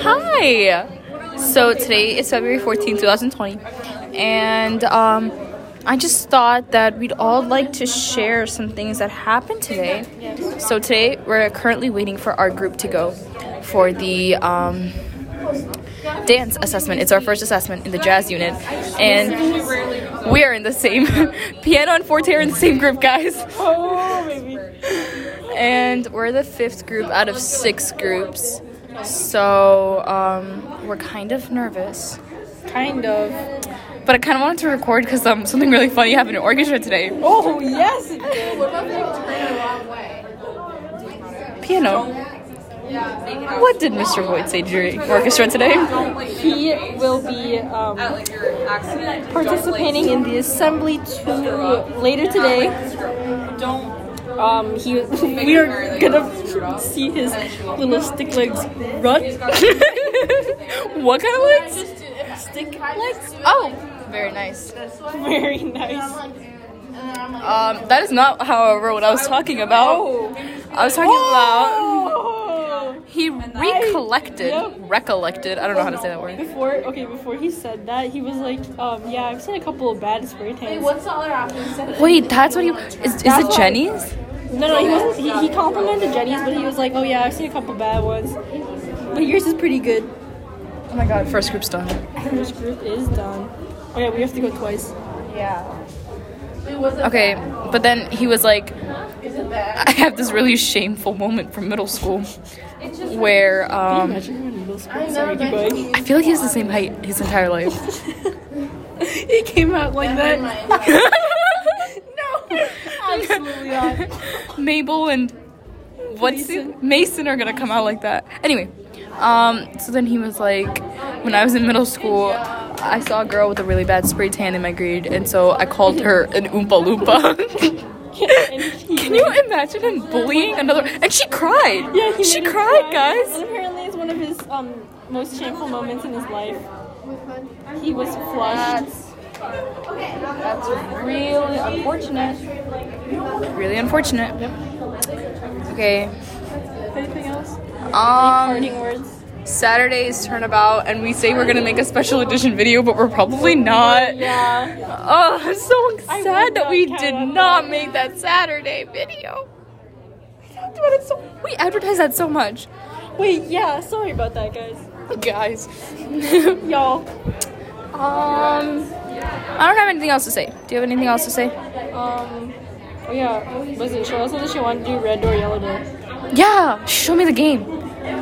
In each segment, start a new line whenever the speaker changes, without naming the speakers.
Hi. So today is February 14, 2020. And um, I just thought that we'd all like to share some things that happened today. So today we're currently waiting for our group to go for the um, dance assessment. It's our first assessment in the jazz unit. And we are in the same piano and forte are in the same group, guys. and we're the fifth group out of six groups. So um, we're kind of nervous,
Kind of.
but I kind of wanted to record because um, something really funny happened in orchestra today.
Oh yes, it did.
Piano. What did Mr. Voigt say during orchestra today?
He will be um, participating in the assembly to later today. Um, he we are gonna see his little stick legs run.
what kind of legs?
stick legs.
Oh, very nice.
Very nice.
Um, that is not, however, what I was talking about. I was talking about
Oh.
he recollected, recollected. I don't know how to say that word.
Before okay, before he said that, he was like, um, yeah, I've seen a couple of bad spray tans. No,
Wait, that's what he is. Is it Jenny's?
no, he wasn't. He, he complimented Jenny's, but he was like, oh yeah, I've seen a couple bad ones, but yours is pretty good.
Oh my God, first group's done.
This group is done. Oh yeah, we have to go twice.
Okay, but then he was like, I have this really shameful moment from middle school where um,
Imagine you're in middle school. Sorry, keep going.
I feel like he's the same height his entire life.
It came out like that. Absolutely not.
Mabel and what's Mason. Mason are gonna come out like that. Anyway, um, so then he was like, when I was in middle school, I saw a girl with a really bad spray tan in my grade, and so I called her an oompa loompa.
And he-
Can you imagine him bullying another? And she cried.
yeah, he
she
made her
cried,
cry.
guys.
And apparently, it's one of his um most shameful moments in his life. He was flushed. That's really unfortunate.
Really unfortunate. Okay.
Anything else?
Um,
Parting words.
Saturday is turnabout, and we say we're gonna make a special edition video, but we're probably not.
Yeah.
Oh, I'm so
would
sad that
not
we
count
did
on
not make that Saturday video. We talked about it so. We advertised that so much,
Wait. Yeah. Sorry about that, guys.
guys. um,
Y'all.
I don't have anything else to say. Do you have anything else to say?
Um. Oh yeah. Was it? She also said she wanted to do red door, yellow door.
Yeah, show me the game.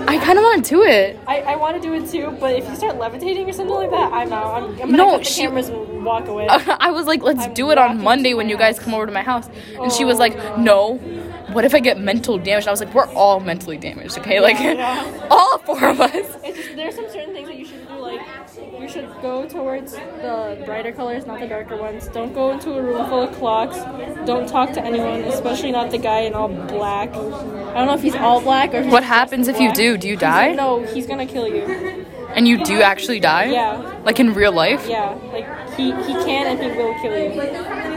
I kind of want to do it.
I, I want to do it too, but if you start levitating or something like that, I'm out. I'm, I'm gonna
No,
cut the
she-
cameras and walk away.
I was like, let's
I'm
do it on
walking
Monday
to
when
my
you guys come over to my house. And she was like, no. What if I get mental damage? I was like, we're all mentally damaged, okay? Like,
yeah.
all four of us.
It's just, there's some certain things that you should do, like you should go towards the brighter colors, not the darker ones. Don't go into a room full of clocks. Don't talk to anyone, especially not the guy in all black. I don't know if he's all black or. if he's
What
just
happens if you
black.
do? Do you die?
No, he's gonna kill you.
And you do actually die?
Yeah.
Like in real life?
Yeah, like he he can and he will kill you.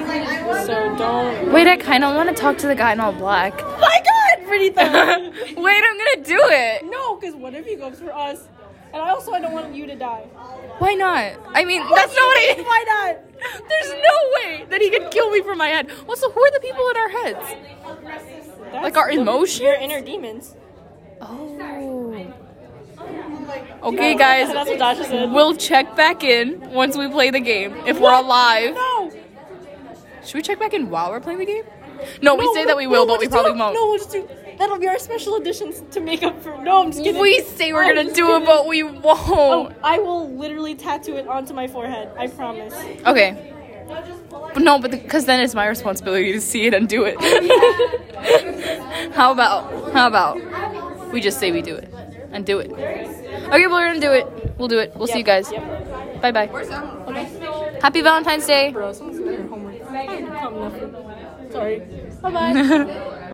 So don't.
Wait, I kind of want to talk to the guy in all black.
My God, pretty thing.
Wait, I'm gonna do it.
No, because what if he goes for us? And I also I don't want you to die.
Why not? I mean, that's not what I.
Why not?
There's no way that he could kill me from my head. Also, who are the people in our heads?
That's
Like our
the-
emotions?
Your inner demons.
Oh. Okay, guys.
That's what Dasha said.
We'll check back in once we play the game. If we're alive.
No.
Should we check back in while we're playing the game? No, we
no,
say
no,
that we will,
no,
but we
we'll just
probably
do it.
won't.
No, we'll just do. That'll be our special additions to make up for. No, I'm just kidding.
we say we're
I'm
gonna
just
do it,
kidding.
but we won't.
Oh, I will literally tattoo it onto my forehead. I promise.
Okay. But no, but because then it's my responsibility to see it and do it. how about how about we just say we do it and do it? Okay, we're gonna do it. We'll do it. We'll see you guys.
Yep.
Bye bye. Happy Valentine's Day.
Bro, someone's doing their homework. Sorry. Bye bye.